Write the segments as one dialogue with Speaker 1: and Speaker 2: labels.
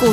Speaker 1: 股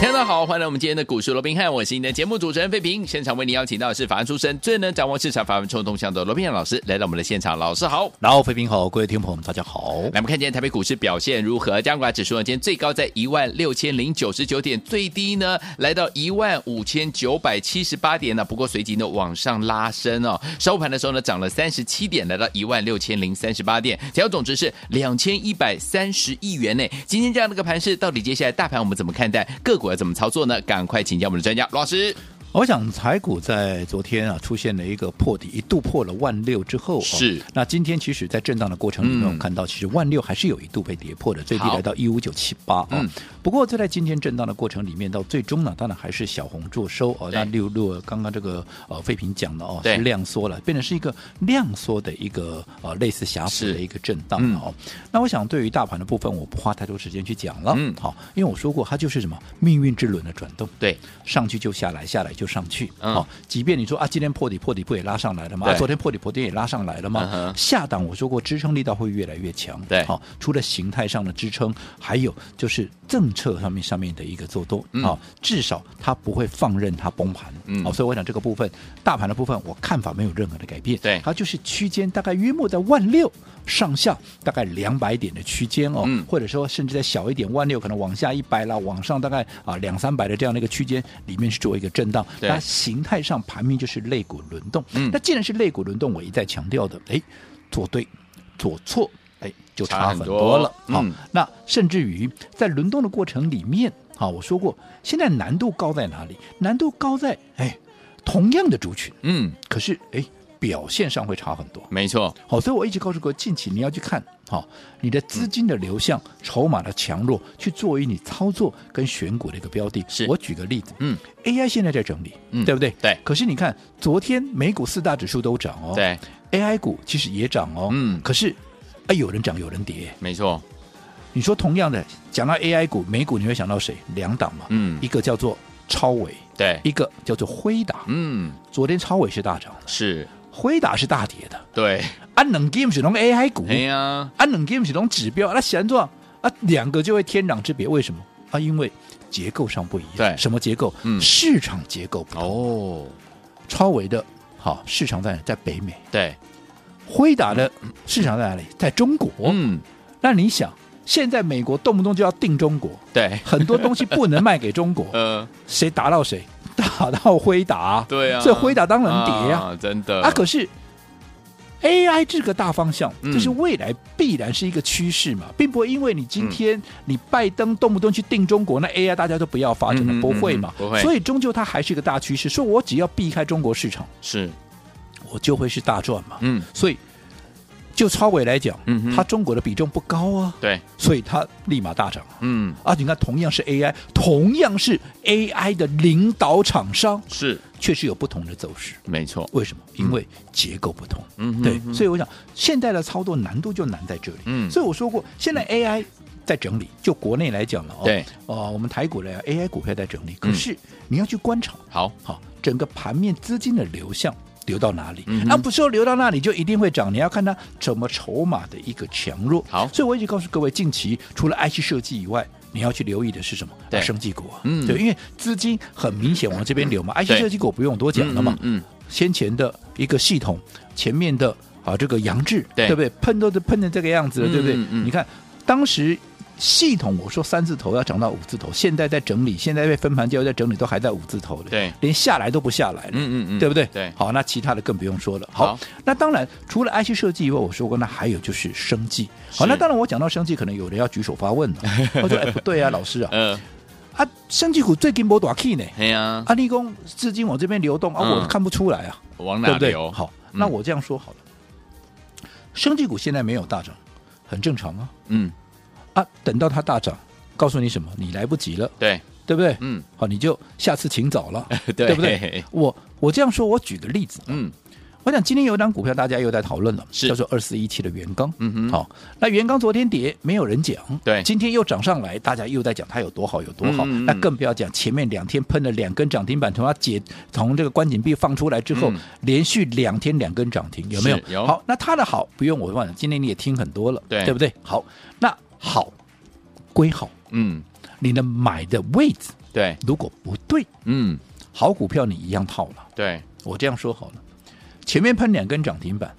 Speaker 2: 大家好，欢迎来我们今天的股市罗宾汉，我是你的节目主持人费平。现场为你邀请到的是法案出身、最能掌握市场法案冲动向的罗宾汉老师来到我们的现场，老师好。
Speaker 3: 然后，飞平好，各位听众朋友们，大家好。
Speaker 2: 来，我们看今天台北股市表现如何？加权指数呢，今天最高在一万六千零九十九点，最低呢来到一万五千九百七十八点呢。不过随即呢往上拉升哦，收盘的时候呢涨了三十七点，来到一万六千零三十八点，成交总值是两千一百三十亿元呢。今天这样的一个盘势，到底接下来大盘我们怎么看待？个股要怎么操作呢？赶快请教我们的专家罗老师。
Speaker 3: 我想台股在昨天啊出现了一个破底，一度破了万六之后、哦，
Speaker 2: 是
Speaker 3: 那今天其实，在震荡的过程里面，
Speaker 2: 嗯
Speaker 3: 我们看到其实万六还是有一度被跌破的，最低
Speaker 2: 好
Speaker 3: 来到一五九七八啊
Speaker 2: 嗯。
Speaker 3: 不过就在今天震荡的过程里面，到最终呢，当然还是小红做收哦。
Speaker 2: 对
Speaker 3: 那六六刚刚这个呃废品讲的哦，
Speaker 2: 对
Speaker 3: 是量缩了，变成是一个呃量缩的一个呃类似狭幅
Speaker 2: 是
Speaker 3: 的一个震荡
Speaker 2: 嗯
Speaker 3: 哦。那我想对于大盘的部分，我不花太多时间去讲了，
Speaker 2: 嗯
Speaker 3: 好，因为我说过它就是什么命运之轮的转动，
Speaker 2: 对，
Speaker 3: 上去就下来，下来就上去。
Speaker 2: 嗯
Speaker 3: 好、即便你说啊，今天破底破底不也拉上来了吗？啊
Speaker 2: 对
Speaker 3: 昨天破底破底也拉上来了吗？
Speaker 2: 嗯哼
Speaker 3: 下档我说过，支撑力道会越来越强。
Speaker 2: 对
Speaker 3: 好、除了形态上的支撑，还有就是政策上面上面的一个做多。好、
Speaker 2: 嗯
Speaker 3: 至少它不会放任它崩盘。
Speaker 2: 嗯
Speaker 3: 好、所以我想这个部分，大盘的部分，我看法没有任何的改变。
Speaker 2: 对
Speaker 3: 它就是区间大概约莫在万六上下，大概两百点的区间哦，
Speaker 2: 嗯
Speaker 3: 或者说甚至再小一点，万六可能往下一百啦，往上大概啊两三百的这样的一个区间里面去做一个震荡。
Speaker 2: 对
Speaker 3: 那形态上盘面就是肋骨轮动。
Speaker 2: 嗯
Speaker 3: 那既然是肋骨轮动，我一再强调的，哎，做对做错，哎，就
Speaker 2: 差
Speaker 3: 差
Speaker 2: 很
Speaker 3: 很
Speaker 2: 多
Speaker 3: 多了。好
Speaker 2: 嗯，
Speaker 3: 那甚至于在轮动的过程里面，啊，我说过，现在难度高在哪里？难度高在哎，同样的族群，
Speaker 2: 嗯，
Speaker 3: 可是哎，表现上会差很多。
Speaker 2: 没错，
Speaker 3: 好，所以我一直告诉各位，近期你要去看好、你的
Speaker 2: 嗯
Speaker 3: 资金的流向、筹码的强弱，去作为你操作跟选股的一个标的。
Speaker 2: 是
Speaker 3: 我举个例子，
Speaker 2: 嗯
Speaker 3: ，AI 现在在整理，
Speaker 2: 嗯
Speaker 3: 对不对？
Speaker 2: 对
Speaker 3: 可是你看，昨天美股四大指数都涨哦，
Speaker 2: 对，
Speaker 3: ，AI 股其实也涨哦，
Speaker 2: 嗯
Speaker 3: 可是哎，有人涨，有人跌。
Speaker 2: 没错，
Speaker 3: 你说同样的，讲到 AI 股、美股，你会想到谁？两档嘛，
Speaker 2: 嗯
Speaker 3: 一个叫做超伟，
Speaker 2: 对，
Speaker 3: 一个叫做辉达。
Speaker 2: 嗯，
Speaker 3: 昨天超伟是大涨的，
Speaker 2: 是，
Speaker 3: 辉达是大跌的，
Speaker 2: 对，
Speaker 3: 啊，两 game 是拢 AI 股。
Speaker 2: 哎呀，
Speaker 3: 啊，两个是种指标，那显然啊，两个就会天壤之别。为什么？啊，因为结构上不一样。
Speaker 2: 对
Speaker 3: 什么结构？
Speaker 2: 嗯
Speaker 3: 市场结构不同。
Speaker 2: 哦，
Speaker 3: 超维的，好，市场在在北美，
Speaker 2: 对，
Speaker 3: 辉达的市场在哪里？在中国。
Speaker 2: 嗯，
Speaker 3: 那你想，现在美国动不动就要定中国，
Speaker 2: 对，，
Speaker 3: 很多东西不能卖给中国
Speaker 2: 呃，
Speaker 3: 谁打到谁？打到辉达。
Speaker 2: 对啊，
Speaker 3: 所以辉达当然跌啊。
Speaker 2: 真的
Speaker 3: 啊，可是 AI 这个大方向，
Speaker 2: 嗯
Speaker 3: 这是未来必然是一个趋势嘛，并不会因为你
Speaker 2: 嗯
Speaker 3: 今天你拜登动不动去定中国，那 AI 大家都不要发展
Speaker 2: 嗯哼
Speaker 3: 了，不会嘛
Speaker 2: 嗯？哼不会
Speaker 3: 所以终究它还是一个大趋势。所以我只要避开中国市场，
Speaker 2: 是，
Speaker 3: 我就会是大赚嘛。
Speaker 2: 嗯，
Speaker 3: 所以就超伟来讲
Speaker 2: 嗯哼，
Speaker 3: 它中国的比重不高啊，
Speaker 2: 对，
Speaker 3: 所以它立马大涨啊。
Speaker 2: 嗯，
Speaker 3: 啊，你看，同样是 AI，同样是 AI 的领导厂商，
Speaker 2: 是，
Speaker 3: 确实有不同的走势。
Speaker 2: 没错，
Speaker 3: 为什么？因为结构不同。
Speaker 2: 嗯哼
Speaker 3: 对
Speaker 2: 嗯哼，
Speaker 3: 所以我想现在的操作难度就难在这里。
Speaker 2: 嗯
Speaker 3: 所以我说过，现在 AI 在整理，就国内来讲了哦。
Speaker 2: 对，
Speaker 3: 哦，我们台股的 AI 股票在整理，可
Speaker 2: 嗯
Speaker 3: 是你要去观察，
Speaker 2: 好，
Speaker 3: 好、整个盘面资金的流向。流到哪里？
Speaker 2: 嗯哼
Speaker 3: 啊，不是说流到那里就一定会涨，你要看它怎么筹码的一个强弱。
Speaker 2: 好
Speaker 3: 所以我一直告诉各位，近期除了 IC 设计以外，你要去留意的是什么？
Speaker 2: 对
Speaker 3: 啊生技股啊，
Speaker 2: 嗯
Speaker 3: 对，因为资金很明显往这边流嘛。IC
Speaker 2: 对
Speaker 3: 设计股不用多讲了嘛，
Speaker 2: 嗯嗯嗯
Speaker 3: 先前的一个系统，前面的啊这个杨志，
Speaker 2: 对
Speaker 3: 不对？喷都是喷成这个样子了，对不对？
Speaker 2: 嗯嗯嗯
Speaker 3: 你看当时。系统我说三字头要涨到五字头，现在在整理，现在被分盘交易在整理，都还在五字头的，
Speaker 2: 对
Speaker 3: 连下来都不下来了，
Speaker 2: 嗯嗯嗯
Speaker 3: 对不对？
Speaker 2: 对
Speaker 3: 好，那其他的更不用说了。
Speaker 2: 好
Speaker 3: 那当然除了 IC 设计以外，我说过，那还有就是生计。好，
Speaker 2: 是
Speaker 3: 那当然我讲到生计，可能有人要举手发问 了，我说哎不对啊，老师啊，
Speaker 2: 呃，
Speaker 3: 啊生计股最近没大 key 呢，
Speaker 2: 哎呀，
Speaker 3: 啊立功资金往这边流动啊，
Speaker 2: 嗯
Speaker 3: 我看不出来啊，
Speaker 2: 往
Speaker 3: 对
Speaker 2: 哪
Speaker 3: 不对
Speaker 2: 流？？
Speaker 3: 好，
Speaker 2: 嗯
Speaker 3: 那我这样说好了，生技股现在没有大涨，很正常啊
Speaker 2: 嗯，
Speaker 3: 啊，等到它大涨，告诉你什么？你来不及了，
Speaker 2: 对，
Speaker 3: 对不对？
Speaker 2: 嗯，
Speaker 3: 好，你就下次请早了，
Speaker 2: 对
Speaker 3: 不对？我我这样说，我举个例子，
Speaker 2: 嗯，
Speaker 3: 我想今天有一档股票大家又在讨论了，
Speaker 2: 是
Speaker 3: 叫做二四一七的元刚。
Speaker 2: 嗯哼
Speaker 3: 好、那元刚昨天跌，没有人讲，
Speaker 2: 对
Speaker 3: 今天又涨上来，大家又在讲它有多好有多好。
Speaker 2: 嗯嗯嗯
Speaker 3: 那更不要讲前面两天喷了两根涨停板，从它解从这个关紧闭放出来之后，
Speaker 2: 嗯
Speaker 3: 连续两天两根涨停，有没有
Speaker 2: 是？有
Speaker 3: 好，那它的好不用我问了，今天你也听很多了，
Speaker 2: 对
Speaker 3: 对不对？好，那好归好，
Speaker 2: 嗯，
Speaker 3: 你的买的位置
Speaker 2: 对，
Speaker 3: 如果不对，
Speaker 2: 嗯，
Speaker 3: 好股票你一样套了。
Speaker 2: 对，
Speaker 3: 我这样说好了，前面喷两根涨停板，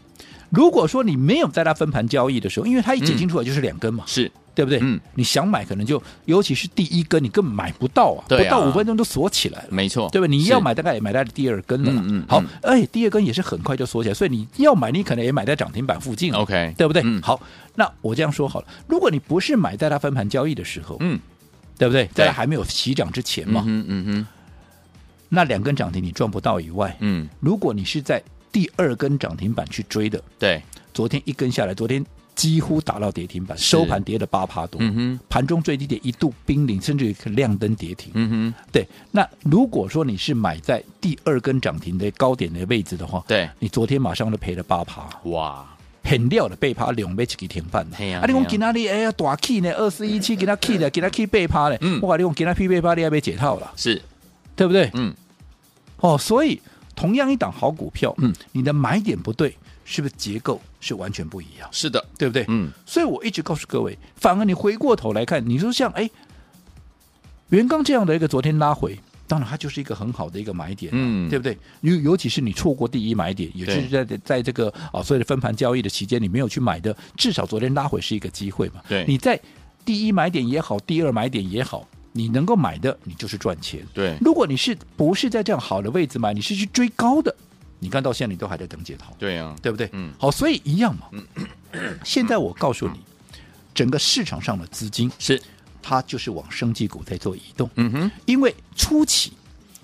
Speaker 3: 如果说你没有在它分盘交易的时候，因为它一解禁出来就是两根嘛，
Speaker 2: 是，
Speaker 3: 对不对？
Speaker 2: 嗯，
Speaker 3: 你想买可能就，尤其是第一根，你根本买不到啊，
Speaker 2: 对啊
Speaker 3: 不到五分钟就锁起来了。
Speaker 2: 没错，
Speaker 3: 对吧？你
Speaker 2: 是
Speaker 3: 要，买大概也买在第二根了啦，
Speaker 2: 嗯嗯
Speaker 3: 好
Speaker 2: 嗯，
Speaker 3: 哎，第二根也是很快就锁起来，所以你要买，你可能也买在涨停板附近了
Speaker 2: OK，
Speaker 3: 对不对？
Speaker 2: 嗯
Speaker 3: 好，那我这样说好了，如果你不是买在它分盘交易的时候，
Speaker 2: 嗯，
Speaker 3: 对不对？
Speaker 2: 对
Speaker 3: 在它还没有起涨之前嘛
Speaker 2: 嗯，哼，嗯哼，
Speaker 3: 那两根涨停你赚不到以外，
Speaker 2: 嗯，
Speaker 3: 如果你是在第二根涨停板去追的，
Speaker 2: 对，
Speaker 3: 昨天一根下来，昨天几乎打到跌停板，
Speaker 2: 是
Speaker 3: 收盘跌了八趴多，
Speaker 2: 嗯哼，
Speaker 3: 盘中最低点一度濒临，甚至于亮灯跌停。
Speaker 2: 嗯哼，
Speaker 3: 对，那如果说你是买在第二根涨停的高点的位置的话，
Speaker 2: 对，
Speaker 3: 你昨天马上就赔了八趴，
Speaker 2: 哇，
Speaker 3: 很料的被趴两倍去停板了
Speaker 2: 嘿呀嘿
Speaker 3: 你讲
Speaker 2: 呀
Speaker 3: 今仔日哎呀大 K 呢，二四一七给他 K 呢，给他 K 被趴呢，
Speaker 2: 嗯
Speaker 3: 我跟你讲今仔 P 被趴你还被解套了，
Speaker 2: 是，
Speaker 3: 对不对？
Speaker 2: 嗯，
Speaker 3: 哦，所以同样一档好股票，
Speaker 2: 嗯，
Speaker 3: 你的买点不对，是不是结构是完全不一样，
Speaker 2: 是的，
Speaker 3: 对不对？
Speaker 2: 嗯，
Speaker 3: 所以我一直告诉各位，反而你回过头来看，你说像哎，元刚这样的一个昨天拉回，当然它就是一个很好的一个买点、
Speaker 2: 嗯
Speaker 3: 对不对？尤尤其是你错过第一买点，也就是在在这个啊所谓的分盘交易的期间，你没有去买的，至少昨天拉回是一个机会嘛。
Speaker 2: 对
Speaker 3: 你在第一买点也好，第二买点也好，你能够买的，你就是赚钱。
Speaker 2: 对，
Speaker 3: 如果你是不是在这样好的位置买，你是去追高的，你看到现在你都还在等解套，
Speaker 2: 对啊，
Speaker 3: 对不对？
Speaker 2: 嗯
Speaker 3: 好，所以一样嘛。 现在我告诉你，整个市场上的资金
Speaker 2: 是，
Speaker 3: 它就是往生技股在做移动，
Speaker 2: 嗯哼，
Speaker 3: 因为初期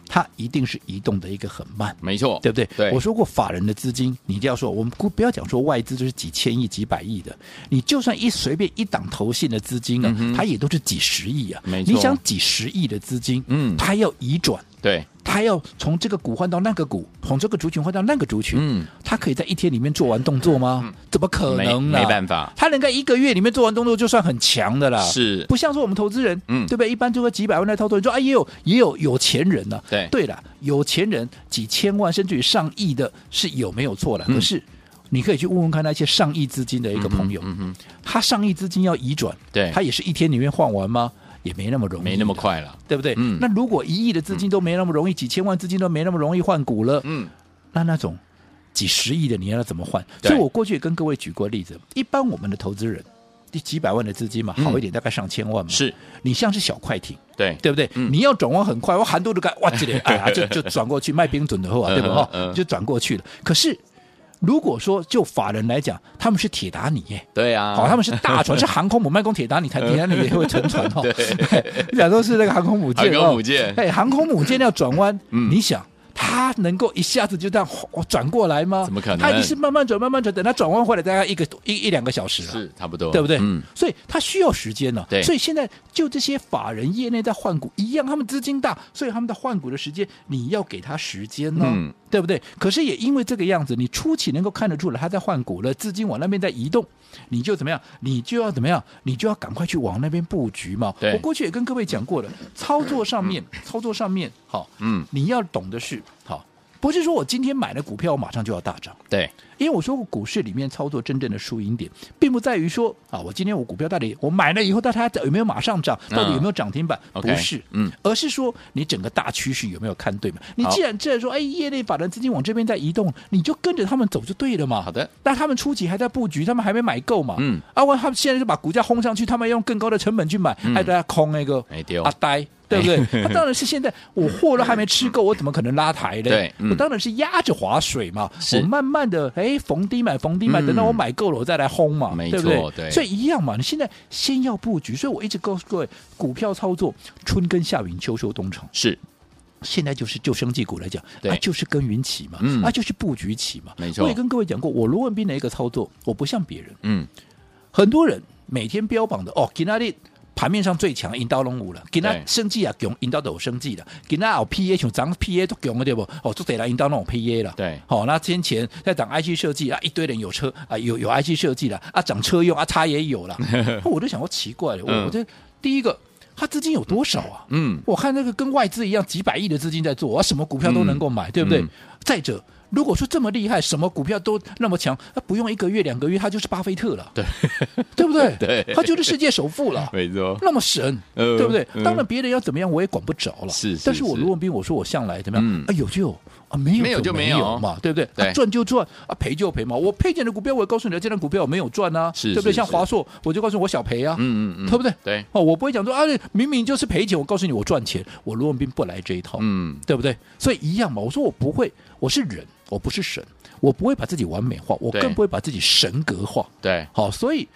Speaker 3: 它一定是移动的一个很慢。
Speaker 2: 没错，
Speaker 3: 对不对？
Speaker 2: 对，
Speaker 3: 我说过法人的资金，你一定要说，我们不不要讲说外资就是几千亿、几百亿的，你就算一随便一档投信的资金啊，它也都是几十亿啊。
Speaker 2: 嗯没错
Speaker 3: 你想几十亿的资金，
Speaker 2: 嗯
Speaker 3: 它要移转，
Speaker 2: 对，
Speaker 3: 他要从这个股换到那个股，从这个族群换到那个族群，
Speaker 2: 嗯
Speaker 3: 他可以在一天里面做完动作吗？怎么可能呢、啊
Speaker 2: 没没办法
Speaker 3: 他能在一个月里面做完动作就算很强的啦。
Speaker 2: 是
Speaker 3: 不像说我们投资人，
Speaker 2: 嗯
Speaker 3: 对不对？一般就会几百万来操作，你说啊，也有也有有钱人呢、
Speaker 2: 对
Speaker 3: 对了，有钱人几千万甚至于上亿的是有没有错
Speaker 2: 嗯
Speaker 3: 了？可是你可以去问问看那些上亿资金的一个朋友，
Speaker 2: 嗯
Speaker 3: 他上亿资金要移转，
Speaker 2: 对
Speaker 3: 他也是一天里面换完吗？也没那么容易，
Speaker 2: 没那么。快了，
Speaker 3: 对不对？
Speaker 2: 嗯
Speaker 3: 那如果一亿的资金都没那么容易，几千万资金都没那么容易换股了，
Speaker 2: 嗯，
Speaker 3: 那那种几十亿的你要怎么换？
Speaker 2: 对
Speaker 3: 所以我过去也跟各位举过例子，一般我们的投资人，第几百万的资金嘛，
Speaker 2: 嗯
Speaker 3: 好一点大概上千万嘛，
Speaker 2: 是，
Speaker 3: 你像是小快艇。
Speaker 2: 对，
Speaker 3: 对不对？
Speaker 2: 嗯
Speaker 3: 你要转弯很快，我喊多就该哇，这里 哎呀，就就转过去卖冰准的后啊，对吧？哈、
Speaker 2: 嗯嗯嗯
Speaker 3: 就转过去了。可是如果说就法人来讲，他们是铁达尼耶，
Speaker 2: 对啊，
Speaker 3: 好、他们是大船，是航空母，卖公铁达 尼才铁达尼也会沉船哦。 讲都是那个航空母舰，
Speaker 2: 航空母舰
Speaker 3: 哦哎，航空母舰要转弯，
Speaker 2: 嗯
Speaker 3: 你想。它能够一下子就这样哦转过来吗？
Speaker 2: 怎么可能
Speaker 3: 它一定是慢慢转，慢慢转，等它转弯回来，大概一个一一两个小时了。
Speaker 2: 是差不多，
Speaker 3: 对不对？
Speaker 2: 嗯，
Speaker 3: 所以它需要时间呢、
Speaker 2: 对
Speaker 3: 所以现在就这些法人业内在换股一样，他们资金大，所以他们的换股的时间你要给他时间呢、
Speaker 2: 嗯
Speaker 3: 对不对？可是也因为这个样子，你初期能够看得出来他在换股了，资金往那边在移动，你就怎么样？你就要怎么样？你就要赶快去往那边布局嘛。
Speaker 2: 对
Speaker 3: 我过去也跟各位讲过了，操作上面，操作上面，好，
Speaker 2: 嗯，
Speaker 3: 你要懂的是，好，不是说我今天买了股票，我马上就要大涨。
Speaker 2: 对，
Speaker 3: 因为我说过，股市里面操作真正的输赢点，并不在于说啊，我今天我股票到底我买了以后，到底它有没有马上涨，
Speaker 2: 嗯
Speaker 3: 到底有没有涨停板？不
Speaker 2: OK，
Speaker 3: 是，
Speaker 2: 嗯，
Speaker 3: 而是说你整个大趋势有没有看对嘛？你
Speaker 2: 好
Speaker 3: 既然既然说，哎，业内法人资金往这边在移动，你就跟着他们走就对了嘛。
Speaker 2: 好的，
Speaker 3: 但他们初期还在布局，他们还没买够嘛。
Speaker 2: 嗯，
Speaker 3: 啊，我他们现在就把股价轰上去，他们要用更高的成本去买，
Speaker 2: 嗯
Speaker 3: 还在那空那个
Speaker 2: 哎对哦
Speaker 3: 阿呆。对 不对？他当然是现在我货都还没吃够，我怎么可能拉抬呢？
Speaker 2: 对嗯
Speaker 3: 我当然是压着划水嘛。
Speaker 2: 是
Speaker 3: 我慢慢的，哎，逢低买，逢低买，
Speaker 2: 嗯
Speaker 3: 等到我买够了，我再来轰嘛，
Speaker 2: 没
Speaker 3: 对不对
Speaker 2: 错？对
Speaker 3: 所以一样嘛，你现在先要布局。所以我一直告诉各位，股票操作春耕夏耘秋收冬藏，
Speaker 2: 是，
Speaker 3: 现在就是就生技股来讲，
Speaker 2: 对
Speaker 3: 啊，就是耕耘期嘛，
Speaker 2: 嗯
Speaker 3: 啊，就是布局期嘛。
Speaker 2: 没错
Speaker 3: 我也跟各位讲过，我罗文斌的一个操作，我不像别人，
Speaker 2: 嗯，
Speaker 3: 很多人每天标榜的哦，今天盘面上最强引到龙五了，给他
Speaker 2: 对
Speaker 3: 生计啊强，引到都有生计了，给他有 PA 像涨 PA 都强了对不？哦，就得来引到那种 PA 了。
Speaker 2: 对
Speaker 3: 好、那先前在涨 IC 设计啊，一堆人有车啊，有有 IC 设计了啊，涨车用啊，它也 有了，哦我就想说奇怪了，
Speaker 2: 嗯
Speaker 3: 我我这第一个。他资金有多少啊？
Speaker 2: 嗯，
Speaker 3: 我看那个跟外资一样几百亿的资金在做，啊，什么股票都能够买，对不对？
Speaker 2: 嗯
Speaker 3: 再者，如果说这么厉害，什么股票都那么强，那不用一个月两个月，他就是巴菲特了，对对不对？
Speaker 2: 对
Speaker 3: 他就是世界首富 了。
Speaker 2: 没错，
Speaker 3: 那么神，
Speaker 2: 呃
Speaker 3: 对不对？
Speaker 2: 嗯
Speaker 3: 当然，别人要怎么样我也管不着了。
Speaker 2: 是是
Speaker 3: 但是我
Speaker 2: 是
Speaker 3: 罗文斌，我说我向来怎么样？
Speaker 2: 嗯
Speaker 3: 啊，有就有啊，没有
Speaker 2: 没有就没
Speaker 3: 没
Speaker 2: 有
Speaker 3: 嘛，对不对？
Speaker 2: 对
Speaker 3: 啊赚就赚啊，赔就赔嘛。我配件的股票，我也告诉你了，这张股票我没有赚啊，
Speaker 2: 是
Speaker 3: 对不对？
Speaker 2: 是
Speaker 3: 像
Speaker 2: 是
Speaker 3: 华硕，我就告诉你我小赔啊，
Speaker 2: 嗯嗯嗯
Speaker 3: 对不对？
Speaker 2: 对，
Speaker 3: 哦，我不会讲说啊，明明就是赔钱，我告诉你我赚钱，我罗文斌不来这一套，
Speaker 2: 嗯，
Speaker 3: 对不对？所以一样嘛，我说我不会，我是人，我不是神，我不会把自己完美化，我
Speaker 2: 对
Speaker 3: 更不会把自己神格化。
Speaker 2: 对，
Speaker 3: 好，所以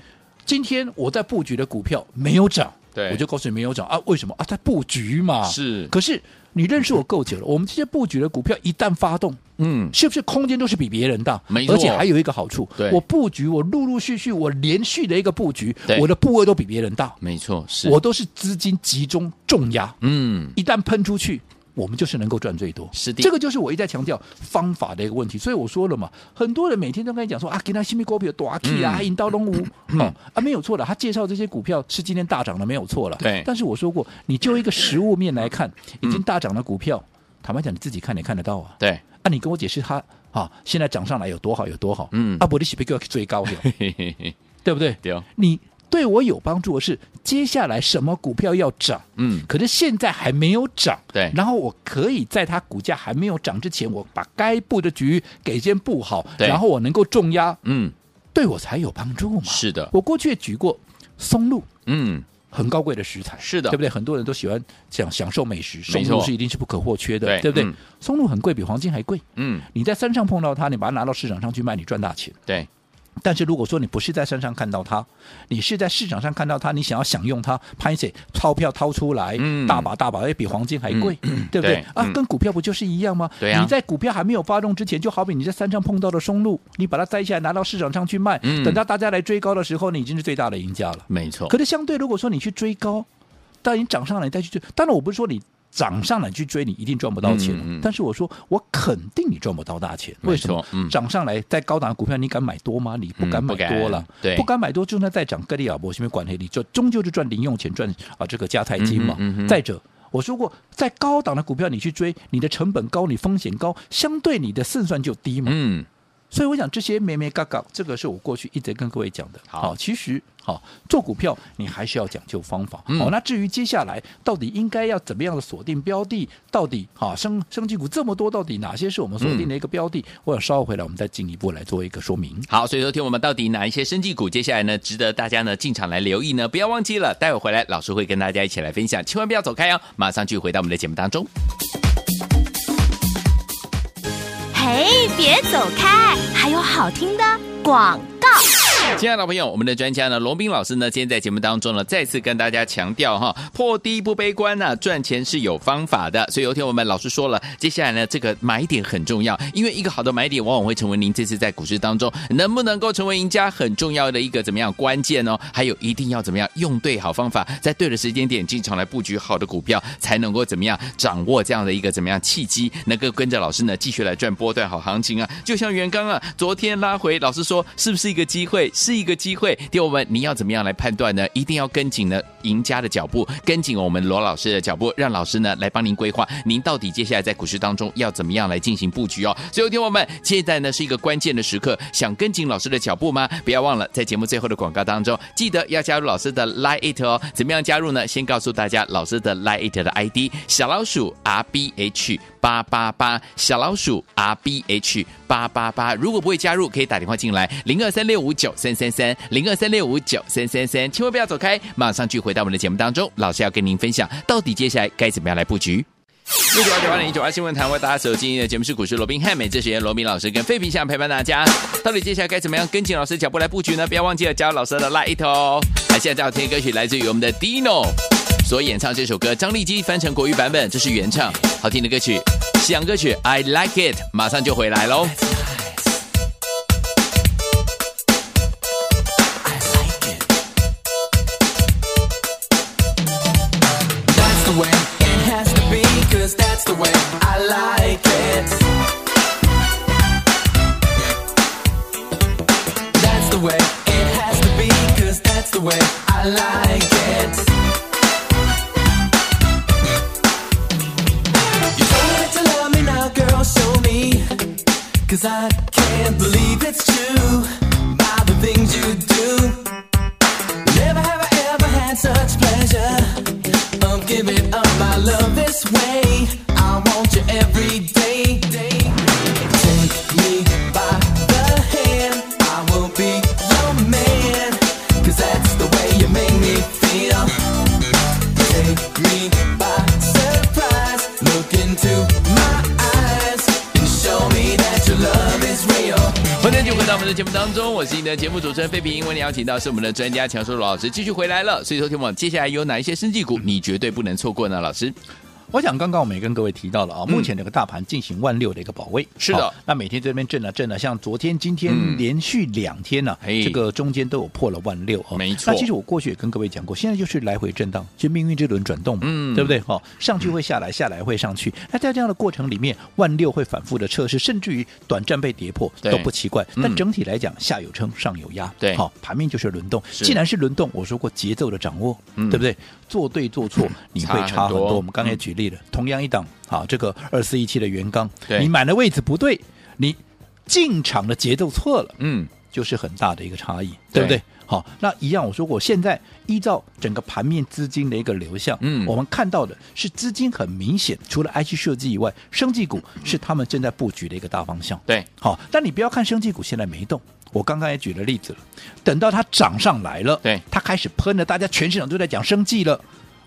Speaker 3: 今天我在布局的股票没有涨，
Speaker 2: 对
Speaker 3: 我就告诉你没有涨啊？为什么啊？在布局嘛。
Speaker 2: 是
Speaker 3: 可是你认识我够久了，我们这些布局的股票一旦发动，
Speaker 2: 嗯，
Speaker 3: 是不是空间都是比别人大？
Speaker 2: 没错
Speaker 3: 而且还有一个好处
Speaker 2: 对，
Speaker 3: 我布局，我陆陆续续，我连续的一个布局
Speaker 2: 对，
Speaker 3: 我的部位都比别人大，
Speaker 2: 没错，是
Speaker 3: 我，都是资金集中重压，
Speaker 2: 嗯，
Speaker 3: 一旦喷出去。我们就是能够赚最多，
Speaker 2: 是的
Speaker 3: 这个就是我一再强调方法的一个问题。所以我说了嘛，很多人每天都跟你讲说啊，给他新密股票多 key
Speaker 2: 嗯
Speaker 3: 啊，引刀龙五，哦啊，没有错的。他介绍这些股票是今天大涨的，没有错了。
Speaker 2: 对
Speaker 3: 但是我说过，你就一个实物面来看，已经大涨的股票，
Speaker 2: 嗯
Speaker 3: 坦白讲，你自己看你看得到啊。
Speaker 2: 对，
Speaker 3: 啊，你跟我解释它啊，现在涨上来有多好有多好，
Speaker 2: 嗯
Speaker 3: 啊，不，你是不是给我去追高了，
Speaker 2: 嘿嘿嘿嘿，
Speaker 3: 对不对？
Speaker 2: 对哦，
Speaker 3: 你对我有帮助的是，接下来什么股票要涨，
Speaker 2: 嗯，
Speaker 3: 可是现在还没有涨，
Speaker 2: 对
Speaker 3: 然后我可以在它股价还没有涨之前，我把该布的局给先布好，
Speaker 2: 对
Speaker 3: 然后我能够重压，
Speaker 2: 嗯，
Speaker 3: 对我才有帮助嘛。
Speaker 2: 是的，
Speaker 3: 我过去也举过松露。
Speaker 2: 嗯，
Speaker 3: 很高贵的食材，
Speaker 2: 是的
Speaker 3: 对不对？很多人都喜欢享享受美食，
Speaker 2: 没
Speaker 3: 松
Speaker 2: 错
Speaker 3: 露是一定是不可或缺的，
Speaker 2: 对
Speaker 3: 不对？
Speaker 2: 嗯
Speaker 3: 松露很贵，比黄金还贵。
Speaker 2: 嗯，
Speaker 3: 你在山上碰到它，你把它拿到市场上去卖，你赚大钱。
Speaker 2: 对，
Speaker 3: 但是如果说你不是在山上看到它，你是在市场上看到它，你想要享用它，拍谁钞票掏出来，
Speaker 2: 嗯
Speaker 3: 大把大把，也比黄金还贵，对不对？
Speaker 2: 对
Speaker 3: 啊
Speaker 2: 嗯，
Speaker 3: 跟股票不就是一样吗？
Speaker 2: 对啊
Speaker 3: 你在股票还没有发动之前，就好比你在山上碰到的松露，你把它摘下来拿到市场上去卖，
Speaker 2: 嗯
Speaker 3: 等到大家来追高的时候，你已经是最大的赢家了。
Speaker 2: 没错，
Speaker 3: 可是相对，如果说你去追高，当你涨上来你再去追，当然我不是说你涨上来去追，你一定赚不到钱、
Speaker 2: 嗯嗯
Speaker 3: 但是我说我肯定你赚不到大钱，
Speaker 2: 没错
Speaker 3: 为什么？
Speaker 2: 嗯
Speaker 3: 涨上来在高档的股票，你敢买多吗？你不敢
Speaker 2: 嗯不
Speaker 3: 买
Speaker 2: 敢
Speaker 3: 多了，
Speaker 2: 对
Speaker 3: 不敢买多，就算再涨，格里亚波前面管黑，你就终究是赚零用钱，赚啊这个加台金嘛。
Speaker 2: 嗯哼嗯哼
Speaker 3: 再者。我说过，在高档的股票你去追，你的成本高，你风险高，相对你的胜算就低嘛。
Speaker 2: 嗯，
Speaker 3: 所以我想这些咩咩嘎嘎，这个是我过去一直跟各位讲的。
Speaker 2: 好
Speaker 3: 其实好做股票，你还是要讲究方法。
Speaker 2: 嗯
Speaker 3: 好，那至于接下来到底应该要怎么样的锁定标的，到底哈升升级股这么多，到底哪些是我们锁定的一个标的？
Speaker 2: 嗯
Speaker 3: 我想稍后回来我们再进一步来做一个说明。
Speaker 2: 好，所以说听我们到底哪一些生技股接下来呢，值得大家呢进场来留意呢？不要忘记了，待会回来老师会跟大家一起来分享，千万不要走开哦，马上就回到我们的节目当中。
Speaker 1: 嘿，别走开，还有好听的广告。
Speaker 2: 亲爱的朋友，我们的专家呢，龙斌老师呢，今天在节目当中呢，再次跟大家强调哈，破低不悲观呐、赚钱是有方法的。所以有一天我们老师说了，接下来呢，这个买点很重要，因为一个好的买点往往会成为您这次在股市当中能不能够成为赢家很重要的一个怎么样关键哦。还有一定要怎么样用对好方法，在对的时间点进场来布局好的股票，才能够怎么样掌握这样的一个怎么样契机，能够啊跟着老师呢继续来赚波段好行情啊。就像元刚啊，昨天拉回，老师说是不是一个机会？是一个机会。第二，我们你要怎么样来判断呢？一定要跟紧呢赢家的脚步，跟紧我们罗老师的脚步，让老师呢来帮您规划，您到底接下来在股市当中要怎么样来进行布局哦。所以，听我们现在呢是一个关键的时刻，想跟紧老师的脚步吗？不要忘了在节目最后的广告当中，记得要加入老师的 Line It 哦。怎么样加入呢？先告诉大家老师的 Line It 的 ID 小老鼠 R B H 八八八，小老鼠 R B H 八八八。如果不会加入，可以打电话进来零二三六五九三三三零二三六五九三三三，千万不要走开，马上去回到我们的节目当中，老师要跟您分享到底接下来该怎么样来布局。六九八九八零九八新闻台为大家所经营的节目是股市罗宾汉，每这时间罗宾老师跟费平想陪伴大家。到底接下来该怎么样跟紧老师脚步来布局呢？不要忘记了加入老师的 Light 哦。那现在这首听的歌曲来自于我们的 Dino 所演唱这首歌，张丽基翻成国语版本，这是原唱，好听的歌曲，西洋歌曲 I Like It，马上就回来喽。
Speaker 4: the way it has to be, cause that's the way I like it. That's the way it has to be, cause that's the way I like it. You tried to love me now, girl, show me. Cause I can't believe it's true. By the things you do. Never have I ever had such pleasure of giving up my love this way. I want you every day. day. Take me by the hand, I will be your man. Cause that's the way you make me feel. Take me by surprise, look into my eyes and show me that your love is real.
Speaker 2: 欢迎就回到我们的节目当中，我是你的节目主持人费平。为你邀请到是我们的专家强叔罗老师继续回来了。所以，说，天们，接下来有哪一些生技股你绝对不能错过呢？老师，
Speaker 3: 我想刚刚我们也跟各位提到了啊，目前这个大盘进行万六的一个保卫，
Speaker 2: 嗯是的
Speaker 3: 好那每天这边震啊震啊，像昨天、今
Speaker 2: 嗯
Speaker 3: 天连续两天呢、
Speaker 2: 嘿
Speaker 3: 这个中间都有破了万六哦。
Speaker 2: 没错
Speaker 3: 那其实我过去也跟各位讲过，现在就是来回震荡，就命运这轮转动嘛，
Speaker 2: 嗯
Speaker 3: 对不对？哦，上去会下来，下来会上去。那在这样的过程里面，万六会反复的测试，甚至于短暂被跌破
Speaker 2: 对
Speaker 3: 都不奇怪。
Speaker 2: 嗯
Speaker 3: 但整体来讲，下有撑，上有压，
Speaker 2: 对
Speaker 3: 好，盘面就是轮动。
Speaker 2: 是
Speaker 3: 既然是轮动，我说过节奏的掌握，
Speaker 2: 嗯
Speaker 3: 对不对？做对做错，你会
Speaker 2: 差很
Speaker 3: 差很
Speaker 2: 多嗯
Speaker 3: 多。我们刚才也举例了，同样一档啊，这个二四一七的元刚
Speaker 2: 对，
Speaker 3: 你买的位置不对，你进场的节奏错了，
Speaker 2: 嗯，
Speaker 3: 就是很大的一个差异，
Speaker 2: 对
Speaker 3: 对不对？好，那一样，我说过，现在依照整个盘面资金的一个流向，
Speaker 2: 嗯
Speaker 3: 我们看到的是资金很明显，除了 IC 设计以外，生技股是他们正在布局的一个大方向。
Speaker 2: 对，
Speaker 3: 好，但你不要看生技股现在没动，我刚刚也举了例子了，等到它涨上来了，
Speaker 2: 对
Speaker 3: 它开始喷了，大家全市场都在讲生技了，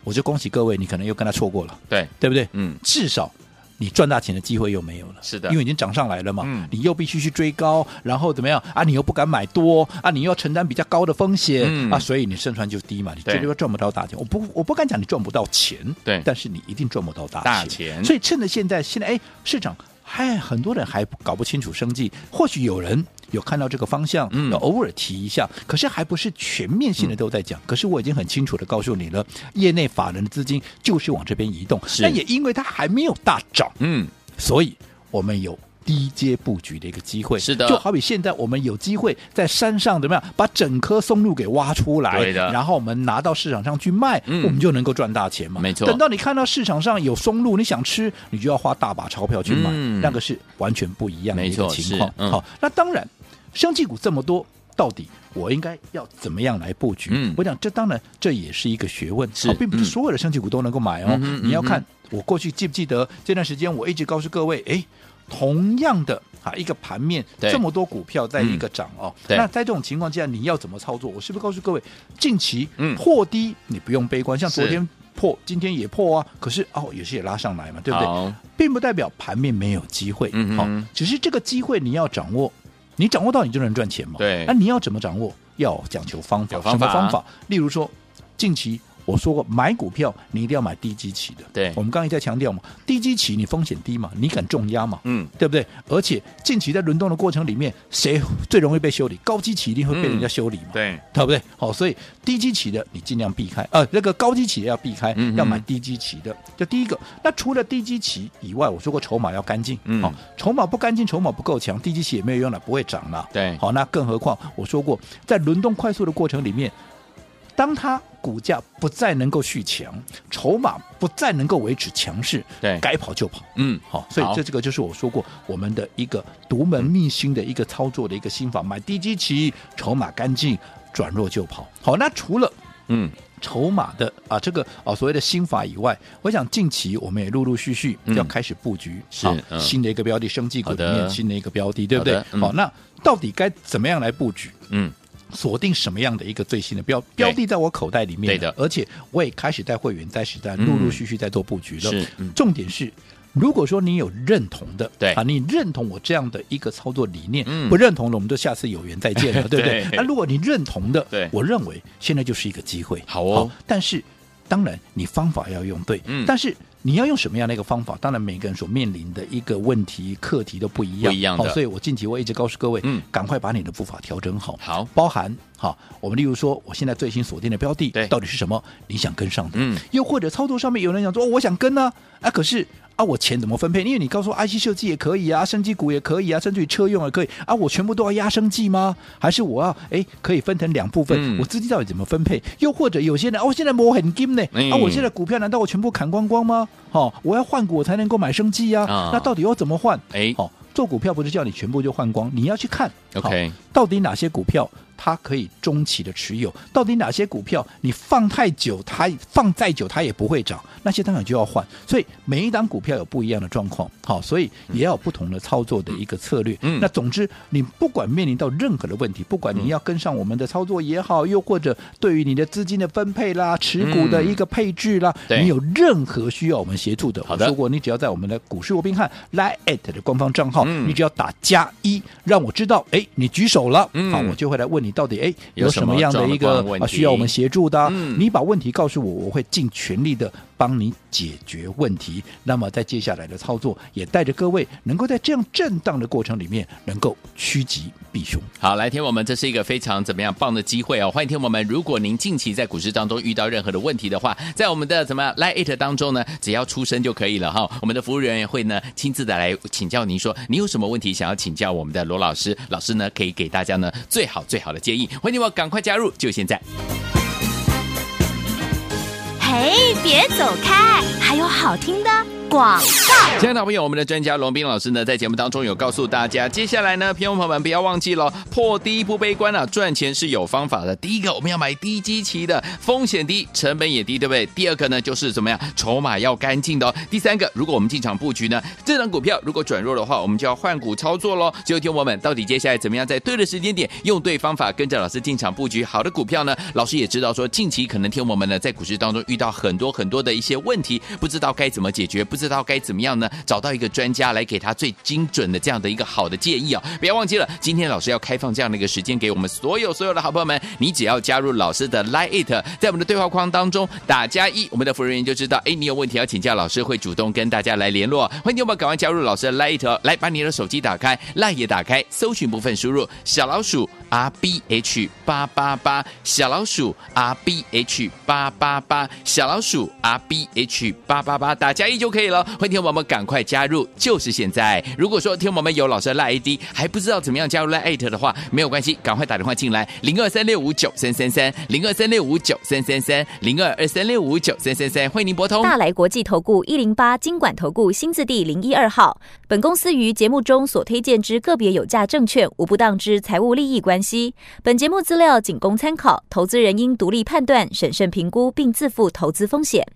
Speaker 3: 我就恭喜各位，你可能又跟它错过了，
Speaker 2: 对，
Speaker 3: 对不对？
Speaker 2: 嗯
Speaker 3: 至少。你赚大钱的机会又没有了，
Speaker 2: 是的
Speaker 3: 因为已经涨上来了嘛，
Speaker 2: 嗯
Speaker 3: 你又必须去追高，然后怎么样啊？你又不敢买多啊，你又要承担比较高的风险、
Speaker 2: 嗯
Speaker 3: 啊，所以你胜算就低嘛，你
Speaker 2: 对
Speaker 3: 绝对赚不到大钱。我不，我不敢讲你赚不到钱，
Speaker 2: 对
Speaker 3: 但是你一定赚不到大
Speaker 2: 大钱
Speaker 3: 所以趁着现在，现在哎，市场还很多人还搞不清楚生计，或许有人有看到这个方向，
Speaker 2: 嗯
Speaker 3: 有偶尔提一下，可是还不是全面性的都在
Speaker 2: 嗯
Speaker 3: 讲。可是我已经很清楚的告诉你了，业内法人的资金就是往这边移动，
Speaker 2: 是
Speaker 3: 那也因为它还没有大涨，
Speaker 2: 嗯，
Speaker 3: 所以我们有。低阶布局的一个机会，
Speaker 2: 是的
Speaker 3: 就好比现在我们有机会在山上怎么样，把整棵松露给挖出来，
Speaker 2: 对的
Speaker 3: 然后我们拿到市场上去卖，
Speaker 2: 嗯
Speaker 3: 我们就能够赚大钱嘛。
Speaker 2: 没错
Speaker 3: 等到你看到市场上有松露，你想吃，你就要花大把钞票去买，
Speaker 2: 嗯
Speaker 3: 那个是完全不一样的一
Speaker 2: 没
Speaker 3: 个
Speaker 2: 错
Speaker 3: 情况
Speaker 2: 是。嗯
Speaker 3: 好，那当然，生技股这么多，到底我应该要怎么样来布局？
Speaker 2: 嗯
Speaker 3: 我讲这当然这也是一个学问，
Speaker 2: 是
Speaker 3: 好并不
Speaker 2: 嗯
Speaker 3: 是所有的生技股都能够买哦。
Speaker 2: 嗯哼
Speaker 3: 你要
Speaker 2: 嗯哼
Speaker 3: 看我过去记不记得这段时间，我一直告诉各位，哎，同样的啊一个盘面，
Speaker 2: 对嗯
Speaker 3: 这么多股票在一个涨哦，
Speaker 2: 对
Speaker 3: 那在这种情况之下，你要怎么操作？我是不是告诉各位，近期
Speaker 2: 嗯
Speaker 3: 破低、你不用悲观，像昨
Speaker 2: 是
Speaker 3: 天。破今天也破啊，可是哦，也是也拉上来嘛，对不对？
Speaker 2: 好，
Speaker 3: 并不代表盘面没有机会，
Speaker 2: 嗯哼
Speaker 3: 好、只是这个机会你要掌握，你掌握到你就能赚钱嘛。
Speaker 2: 对
Speaker 3: 那、你要怎么掌握？要讲求方法，
Speaker 2: 有方法
Speaker 3: 什么方法？例如说，近期我说过，买股票你一定要买低基期的。
Speaker 2: 对
Speaker 3: 我们刚刚一再强调嘛，低基期你风险低嘛，你敢重压嘛，
Speaker 2: 嗯，
Speaker 3: 对不对？而且近期在轮动的过程里面，谁最容易被修理？高基期一定会被人
Speaker 2: 嗯
Speaker 3: 家修理嘛。
Speaker 2: 对，
Speaker 3: 对不对？好，所以低基期的你尽量避开，呃，那个高基期的要避开，
Speaker 2: 嗯哼
Speaker 3: 要买低基期的。这第一个，那除了低基期以外，我说过筹码要干净，
Speaker 2: 嗯
Speaker 3: 好、筹码不干净，筹码不够强，低基期也没有用了，不会涨了。
Speaker 2: 对
Speaker 3: 好，那更何况我说过，在轮动快速的过程里面，当它股价不再能够续强，筹码不再能够维持强势，
Speaker 2: 对
Speaker 3: 该跑就跑。
Speaker 2: 嗯，
Speaker 3: 好、所以
Speaker 2: 好
Speaker 3: 这这个就是我说过我们的一个独门秘辛的一个操作的一个心法，买低基期，筹码干净，转弱就跑。好，那除了
Speaker 2: 嗯，
Speaker 3: 筹码的啊这个啊所谓的心法以外，我想近期我们也陆陆续续
Speaker 2: 嗯
Speaker 3: 要开始布局、
Speaker 2: 是
Speaker 3: 啊
Speaker 2: 嗯
Speaker 3: 新的一个标的，生技股里
Speaker 2: 好
Speaker 3: 面
Speaker 2: 的
Speaker 3: 新的一个标的，对不
Speaker 2: 好
Speaker 3: 对？
Speaker 2: 的
Speaker 3: 好、
Speaker 2: 嗯
Speaker 3: 那到底该怎么样来布局？
Speaker 2: 嗯，
Speaker 3: 锁定什么样的一个最新的标标的在我口袋里面
Speaker 2: 对
Speaker 3: 了，
Speaker 2: 的
Speaker 3: 而且我也开始带会员在实战
Speaker 2: 嗯
Speaker 3: 陆陆续续在做布局了。
Speaker 2: 是嗯
Speaker 3: 重点是。如果说你有认同的，
Speaker 2: 对
Speaker 3: 啊，你认同我这样的一个操作理念，
Speaker 2: 嗯
Speaker 3: 不认同的我们就下次有缘再见 了，对不对？
Speaker 2: 对
Speaker 3: 那、如果你认同的，
Speaker 2: 对
Speaker 3: 我认为现在就是一个机会，
Speaker 2: 好哦
Speaker 3: 但是当然你方法要用对，
Speaker 2: 嗯
Speaker 3: 但是你要用什么样的一个方法？当然，每个人所面临的一个问题、课题都不一
Speaker 2: 不
Speaker 3: 样，
Speaker 2: 一样的
Speaker 3: 好所以我近期我一直告诉各位，
Speaker 2: 嗯
Speaker 3: 赶快把你的步伐调整好，
Speaker 2: 好
Speaker 3: 包含好，我们例如说，我现在最新锁定的标的，
Speaker 2: 对
Speaker 3: 到底是什么？你想跟上的，
Speaker 2: 嗯，
Speaker 3: 又或者操作上面有人想说，哦我想跟呢、啊，可是。啊，我钱怎么分配？因为你告诉我 IC 设计也可以啊，生技股也可以啊，甚至于车用也可以啊，我全部都要压生技吗？还是我要哎可以分成两部分？
Speaker 2: 嗯
Speaker 3: 我资金到底怎么分配？又或者有些人哦，现在摸很金呢，
Speaker 2: 嗯
Speaker 3: 啊，我现在股票难道我全部砍光光吗？哦，我要换股我才能够买生技呀、
Speaker 2: 啊
Speaker 3: 那到底要怎么换？
Speaker 2: 哎
Speaker 3: 哦，做股票不是叫你全部就换光，你要去看
Speaker 2: OK
Speaker 3: 好到底哪些股票它可以中期的持有，到底哪些股票你放太久，它放再久它也不会涨，那些当然就要换。所以每一档股票有不一样的状况，好，所以也要有不同的操作的一个策略。
Speaker 2: 嗯
Speaker 3: 那总之你不管面临到任何的问题，不管你要跟上我们的操作也好，又或者对于你的资金的分配啦、持股的一个配置啦，
Speaker 2: 嗯对
Speaker 3: 你有任何需要我们协助的，
Speaker 2: 好的
Speaker 3: 我说过，你只要在我们的股市罗宾汉 Line at 的官方账号，
Speaker 2: 嗯
Speaker 3: 你只要打加一，让我知道，哎，你举手了，
Speaker 2: 嗯
Speaker 3: 好，我就会来问你到底哎
Speaker 2: 有
Speaker 3: 有
Speaker 2: 什
Speaker 3: 什
Speaker 2: 么
Speaker 3: 么样的一
Speaker 2: 状
Speaker 3: 个
Speaker 2: 况问
Speaker 3: 啊
Speaker 2: 题
Speaker 3: 需要我们协助的啊、
Speaker 2: 嗯
Speaker 3: 你把问题告诉我，我会尽全力的帮你解决问题。那么在接下来的操作，也带着各位能够在这样震荡的过程里面，能够趋吉避凶。
Speaker 2: 好，来，天我们，这是一个非常怎么样棒的机会哦！欢迎天我们，如果您近期在股市当中遇到任何的问题的话，在我们的怎么样 Line It 当中呢，只要出声就可以了哈、我们的服务人员会呢亲自的来请教您说，你有什么问题想要请教我们的罗老师，老师呢可以给大家呢最好最好的建议。欢迎你们赶快加入，就现在。
Speaker 1: 嘿，别走开，还有好听的广。
Speaker 2: 亲爱的朋友我们的专家龙斌老师呢，在节目当中有告诉大家，接下来呢，朋友们不要忘记了，破低不悲观啊，赚钱是有方法的。第一个，我们要买低基期的，风险低，成本也低，对不对？第二个呢，就是怎么样，筹码要干净的、哦。第三个，如果我们进场布局呢，这档股票如果转弱的话，我们就要换股操作喽。只有听我们到底接下来怎么样，在对的时间点，用对方法，跟着老师进场布局好的股票呢？老师也知道说，近期可能听我们呢，在股市当中遇到很多很多的一些问题，不知道该怎么解决，不知道该怎么样呢？找到一个专家来给他最精准的这样的一个好的建议啊、不要忘记了，今天老师要开放这样的一个时间给我们所有所有的好朋友们，你只要加入老师的 Line It，在我们的对话框当中打加一，我们的服务人员就知道，哎，你有问题要请教老师，会主动跟大家来联络。欢迎你们赶快加入老师的 Line It，哦来把你的手机打开，Line 也打开，搜寻部分输入小老鼠 R B H 八八八，小老鼠 R B H 八八八，小老鼠 R B H 八八八，打加一就可以了。欢迎听我们赶快加入，就是现在。如果说听我们有老师的赖 ID 还不知道怎么样加入赖 at 的话，没有关系，赶快打电话进来，零二三六五九三三三，零二三六五九三三三，零二二三六五九三三三，欢迎您拨通。
Speaker 5: 大来国际投顾一零八金管投顾新字第零一二号。本公司于节目中所推荐之个别有价证券，无不当之财务利益关系。本节目资料仅供参考，投资人应独立判断、审慎评估，并自负投资风险。